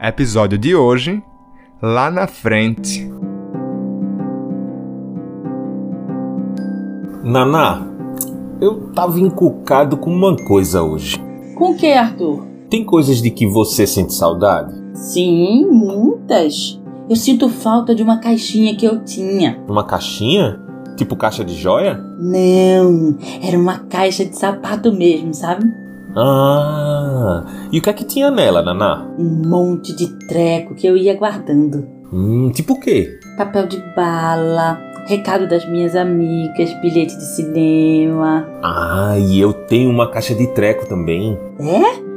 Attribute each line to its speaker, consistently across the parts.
Speaker 1: episódio de hoje lá na frente.
Speaker 2: Naná, eu tava encucado com uma coisa hoje.
Speaker 3: Com o que, Arthur?
Speaker 2: Tem coisas de que você sente saudade?
Speaker 3: Sim, muitas. Eu sinto falta de uma caixinha que eu tinha.
Speaker 2: Uma caixinha? Tipo caixa de joia?
Speaker 3: Não, era uma caixa de sapato mesmo, sabe?
Speaker 2: Ah, e o que é que tinha nela, Naná?
Speaker 3: Um monte de treco que eu ia guardando.
Speaker 2: Hum, tipo o quê?
Speaker 3: Papel de bala, recado das minhas amigas, bilhete de cinema.
Speaker 2: Ah, e eu tenho uma caixa de treco também.
Speaker 3: É?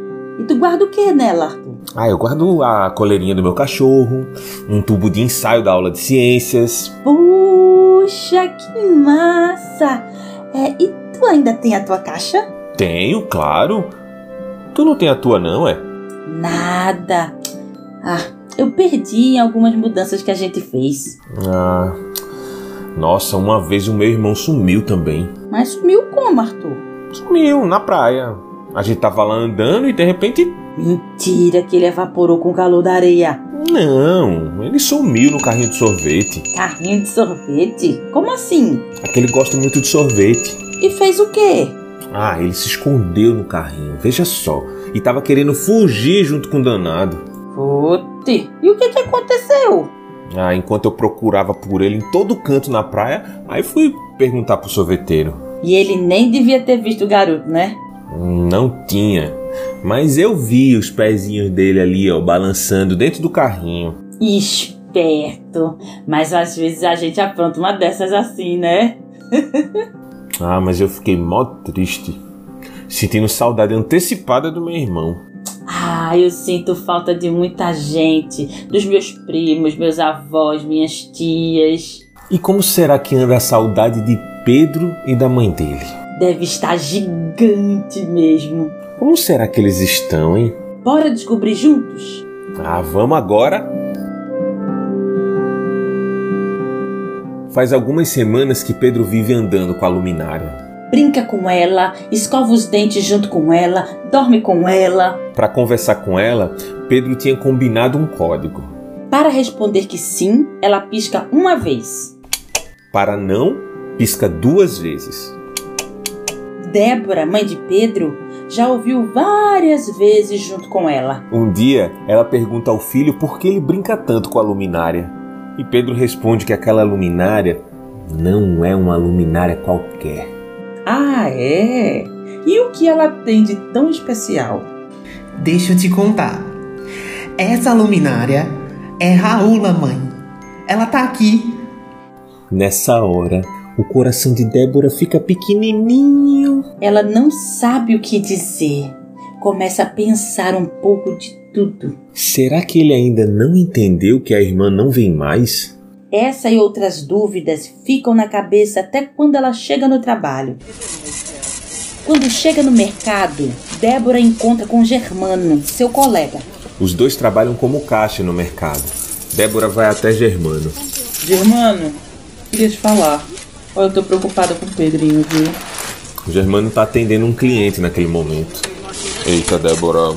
Speaker 3: E tu guarda o que nela, Arthur?
Speaker 2: Ah, eu guardo a coleirinha do meu cachorro, um tubo de ensaio da aula de ciências.
Speaker 3: Puxa, que massa! É, e tu ainda tem a tua caixa?
Speaker 2: Tenho, claro. Tu não tem a tua, não, é?
Speaker 3: Nada. Ah, eu perdi em algumas mudanças que a gente fez.
Speaker 2: Ah. Nossa, uma vez o meu irmão sumiu também.
Speaker 3: Mas sumiu como, Arthur?
Speaker 2: Sumiu, na praia. A gente tava lá andando e de repente.
Speaker 3: Mentira que ele evaporou com o calor da areia.
Speaker 2: Não, ele sumiu no carrinho de sorvete.
Speaker 3: Carrinho de sorvete? Como assim?
Speaker 2: Aquele gosta muito de sorvete.
Speaker 3: E fez o quê?
Speaker 2: Ah, ele se escondeu no carrinho, veja só. E tava querendo fugir junto com o danado.
Speaker 3: Fote. E o que que aconteceu?
Speaker 2: Ah, enquanto eu procurava por ele em todo canto na praia, aí fui perguntar pro sorveteiro.
Speaker 3: E ele nem devia ter visto o garoto, né?
Speaker 2: Não tinha. Mas eu vi os pezinhos dele ali, ó, balançando dentro do carrinho.
Speaker 3: Esperto. Mas às vezes a gente apronta uma dessas assim, né?
Speaker 2: Ah, mas eu fiquei mó triste, sentindo saudade antecipada do meu irmão.
Speaker 3: Ah, eu sinto falta de muita gente, dos meus primos, meus avós, minhas tias.
Speaker 2: E como será que anda a saudade de Pedro e da mãe dele?
Speaker 3: Deve estar gigante mesmo.
Speaker 2: Como será que eles estão, hein?
Speaker 3: Bora descobrir juntos?
Speaker 2: Ah, vamos agora? Faz algumas semanas que Pedro vive andando com a luminária
Speaker 3: Brinca com ela, escova os dentes junto com ela, dorme com ela.
Speaker 2: Para conversar com ela, Pedro tinha combinado um código.
Speaker 3: Para responder que sim, ela pisca uma vez.
Speaker 2: Para não, pisca duas vezes.
Speaker 3: Débora, mãe de Pedro, já ouviu várias vezes junto com ela.
Speaker 2: Um dia, ela pergunta ao filho por que ele brinca tanto com a luminária. E Pedro responde que aquela luminária não é uma luminária qualquer.
Speaker 3: Ah, é? E o que ela tem de tão especial?
Speaker 4: Deixa eu te contar. Essa luminária é Raula, mãe. Ela tá aqui.
Speaker 2: Nessa hora, o coração de Débora fica pequenininho.
Speaker 3: Ela não sabe o que dizer. Começa a pensar um pouco de tudo.
Speaker 2: Será que ele ainda não entendeu que a irmã não vem mais?
Speaker 3: Essa e outras dúvidas ficam na cabeça até quando ela chega no trabalho. Quando chega no mercado, Débora encontra com Germano, seu colega.
Speaker 2: Os dois trabalham como caixa no mercado. Débora vai até Germano.
Speaker 5: Germano, queria te falar. Olha, eu tô preocupada com o Pedrinho, viu?
Speaker 2: O Germano tá atendendo um cliente naquele momento. Eita, Débora,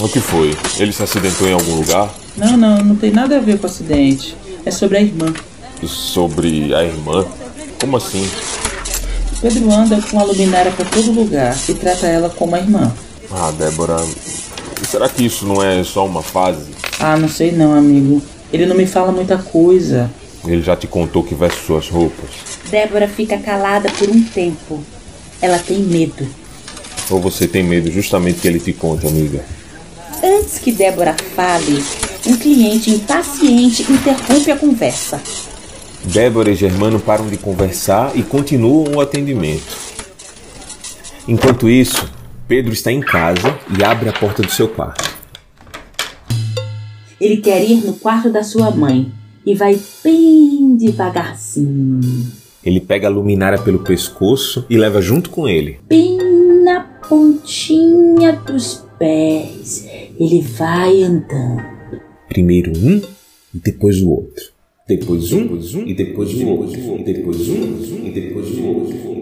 Speaker 2: o que foi? Ele se acidentou em algum lugar?
Speaker 5: Não, não, não tem nada a ver com o acidente. É sobre a irmã.
Speaker 2: Sobre a irmã? Como assim?
Speaker 5: O Pedro anda com a luminária pra todo lugar e trata ela como a irmã.
Speaker 2: Ah, Débora, será que isso não é só uma fase?
Speaker 5: Ah, não sei não, amigo. Ele não me fala muita coisa.
Speaker 2: Ele já te contou que veste suas roupas?
Speaker 3: Débora fica calada por um tempo. Ela tem medo.
Speaker 2: Ou você tem medo justamente que ele te conte, amiga?
Speaker 3: Antes que Débora fale, um cliente impaciente interrompe a conversa.
Speaker 2: Débora e Germano param de conversar e continuam o atendimento. Enquanto isso, Pedro está em casa e abre a porta do seu quarto.
Speaker 3: Ele quer ir no quarto da sua mãe e vai bem devagarzinho,
Speaker 2: Ele pega a luminária pelo pescoço e leva junto com ele.
Speaker 3: bem na pontinha dos pés. Ele vai andando.
Speaker 2: Primeiro um e depois o outro. Depois um, e depois o outro. E depois um e depois o outro. e depois o outro.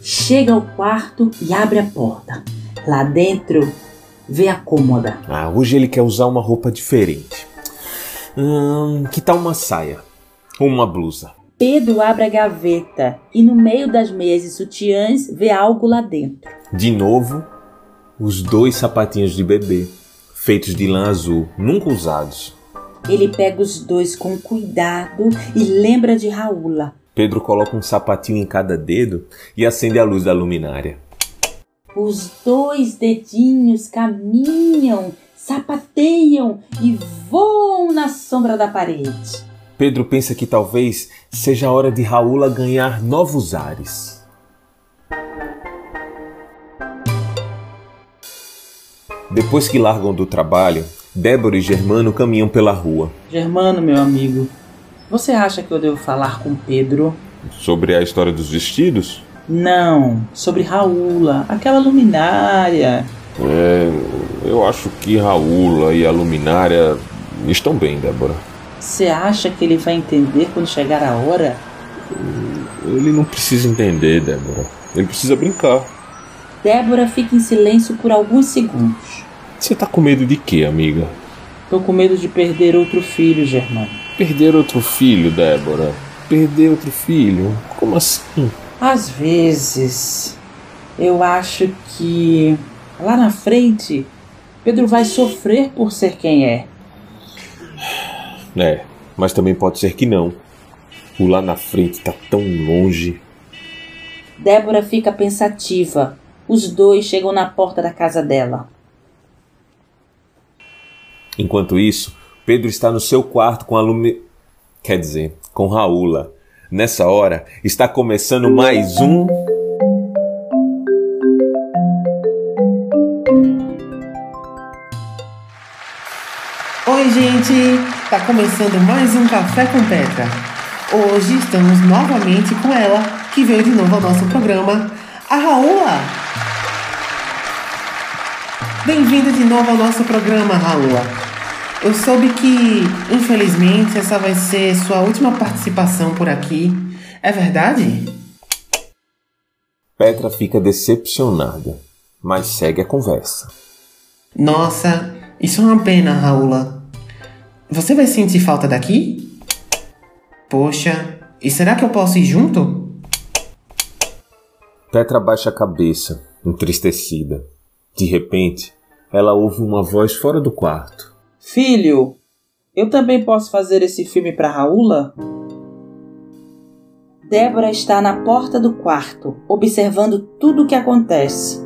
Speaker 3: Chega ao quarto e abre a porta. Lá dentro, vê a cômoda.
Speaker 2: Ah, hoje ele quer usar uma roupa diferente. Hum, que tal uma saia? Ou uma blusa?
Speaker 3: Pedro abre a gaveta e no meio das meias e sutiãs vê algo lá dentro.
Speaker 2: De novo, os dois sapatinhos de bebê, feitos de lã azul, nunca usados.
Speaker 3: Ele pega os dois com cuidado e lembra de Raula.
Speaker 2: Pedro coloca um sapatinho em cada dedo e acende a luz da luminária.
Speaker 3: Os dois dedinhos caminham, sapateiam e voam na sombra da parede.
Speaker 2: Pedro pensa que talvez seja a hora de Raula ganhar novos ares. Depois que largam do trabalho, Débora e Germano caminham pela rua.
Speaker 5: Germano, meu amigo, você acha que eu devo falar com Pedro?
Speaker 2: Sobre a história dos vestidos?
Speaker 5: Não, sobre Raula, aquela luminária.
Speaker 6: É, eu acho que Raula e a luminária estão bem, Débora.
Speaker 5: Você acha que ele vai entender quando chegar a hora?
Speaker 6: Ele não precisa entender, Débora. Ele precisa brincar.
Speaker 3: Débora fica em silêncio por alguns segundos.
Speaker 6: Você tá com medo de quê, amiga?
Speaker 5: Tô com medo de perder outro filho, Germano.
Speaker 6: Perder outro filho, Débora. Perder outro filho? Como assim?
Speaker 5: Às vezes, eu acho que lá na frente, Pedro vai sofrer por ser quem é.
Speaker 2: É, mas também pode ser que não. O lá na frente tá tão longe.
Speaker 3: Débora fica pensativa. Os dois chegam na porta da casa dela.
Speaker 2: Enquanto isso, Pedro está no seu quarto com a Lumi... Quer dizer, com Raula. Nessa hora, está começando mais um...
Speaker 4: Oi, gente! Tá começando mais um Café com Petra. Hoje estamos novamente com ela, que veio de novo ao nosso programa, a Raula! Bem-vinda de novo ao nosso programa, Raula. Eu soube que, infelizmente, essa vai ser sua última participação por aqui. É verdade?
Speaker 2: Petra fica decepcionada, mas segue a conversa.
Speaker 4: Nossa, isso é uma pena, Raula. Você vai sentir falta daqui? Poxa, e será que eu posso ir junto?
Speaker 2: Petra baixa a cabeça, entristecida. De repente, ela ouve uma voz fora do quarto.
Speaker 5: Filho, eu também posso fazer esse filme pra Raula?
Speaker 3: Débora está na porta do quarto, observando tudo o que acontece.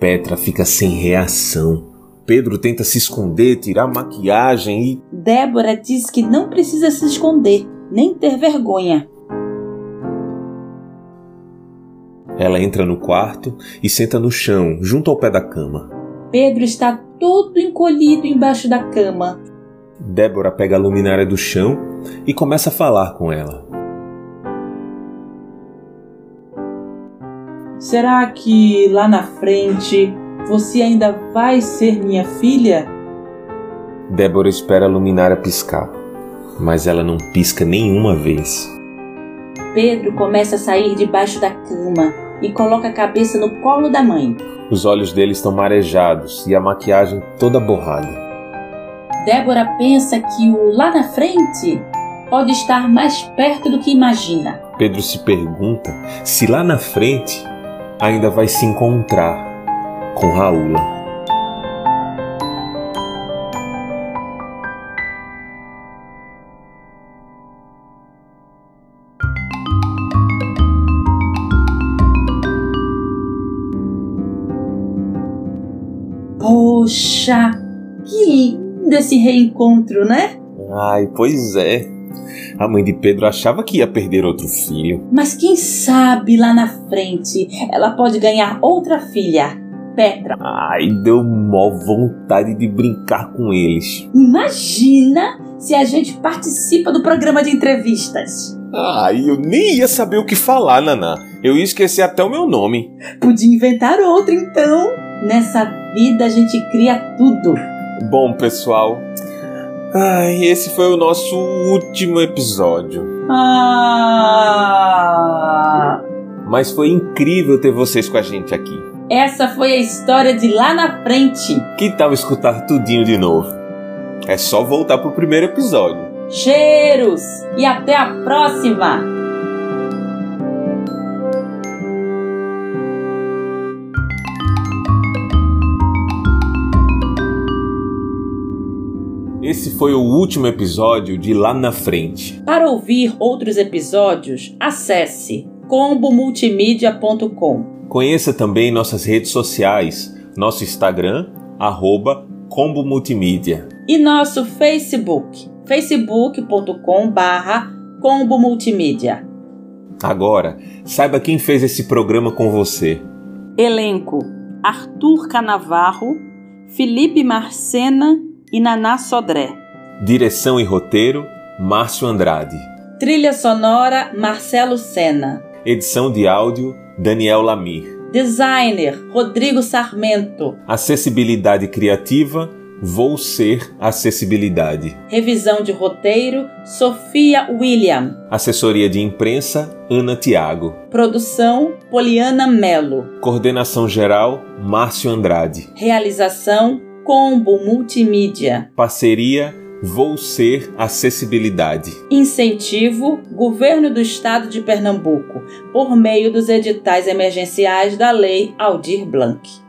Speaker 2: Petra fica sem reação. Pedro tenta se esconder, tirar maquiagem e.
Speaker 3: Débora diz que não precisa se esconder, nem ter vergonha.
Speaker 2: Ela entra no quarto e senta no chão, junto ao pé da cama.
Speaker 3: Pedro está todo encolhido embaixo da cama.
Speaker 2: Débora pega a luminária do chão e começa a falar com ela.
Speaker 5: Será que lá na frente você ainda vai ser minha filha?
Speaker 2: Débora espera a luminária piscar, mas ela não pisca nenhuma vez.
Speaker 3: Pedro começa a sair debaixo da cama e coloca a cabeça no colo da mãe.
Speaker 2: Os olhos dele estão marejados e a maquiagem toda borrada.
Speaker 3: Débora pensa que o lá na frente pode estar mais perto do que imagina.
Speaker 2: Pedro se pergunta se lá na frente ainda vai se encontrar com Raula.
Speaker 3: Poxa, que lindo esse reencontro, né?
Speaker 2: Ai, pois é. A mãe de Pedro achava que ia perder outro filho.
Speaker 3: Mas quem sabe lá na frente ela pode ganhar outra filha, Petra.
Speaker 2: Ai, deu mó vontade de brincar com eles.
Speaker 3: Imagina se a gente participa do programa de entrevistas.
Speaker 2: Ai, Ah, eu nem ia saber o que falar, Naná. Eu ia esquecer até o meu nome.
Speaker 3: Podia inventar outra então. Nessa vida a gente cria tudo.
Speaker 2: Bom, pessoal. Ai, esse foi o nosso último episódio.
Speaker 5: Ah!
Speaker 2: Mas foi incrível ter vocês com a gente aqui.
Speaker 5: Essa foi a história de lá na frente.
Speaker 2: Que tal escutar tudinho de novo? É só voltar pro primeiro episódio.
Speaker 5: Cheiros e até a próxima!
Speaker 2: Esse foi o último episódio de Lá na Frente.
Speaker 5: Para ouvir outros episódios, acesse combomultimídia.com.
Speaker 2: Conheça também nossas redes sociais, nosso Instagram, arroba Combo Multimídia.
Speaker 5: e nosso Facebook, facebook.com barra combo multimídia.
Speaker 2: Agora, saiba quem fez esse programa com você.
Speaker 5: Elenco: Arthur Canavarro, Felipe Marcena e Naná Sodré.
Speaker 2: Direção e roteiro, Márcio Andrade.
Speaker 5: Trilha sonora: Marcelo Sena.
Speaker 2: Edição de áudio, Daniel Lamir.
Speaker 5: Designer: Rodrigo Sarmento.
Speaker 2: Acessibilidade criativa, Vou Ser Acessibilidade.
Speaker 5: Revisão de roteiro: Sofia William.
Speaker 2: Assessoria de imprensa, Ana Tiago.
Speaker 5: Produção: Poliana Melo.
Speaker 2: Coordenação geral, Márcio Andrade.
Speaker 5: Realização: Combo Multimídia.
Speaker 2: Parceria, Vou Ser Acessibilidade.
Speaker 5: Incentivo: Governo do Estado de Pernambuco, por meio dos editais emergenciais da Lei Aldir Blanc.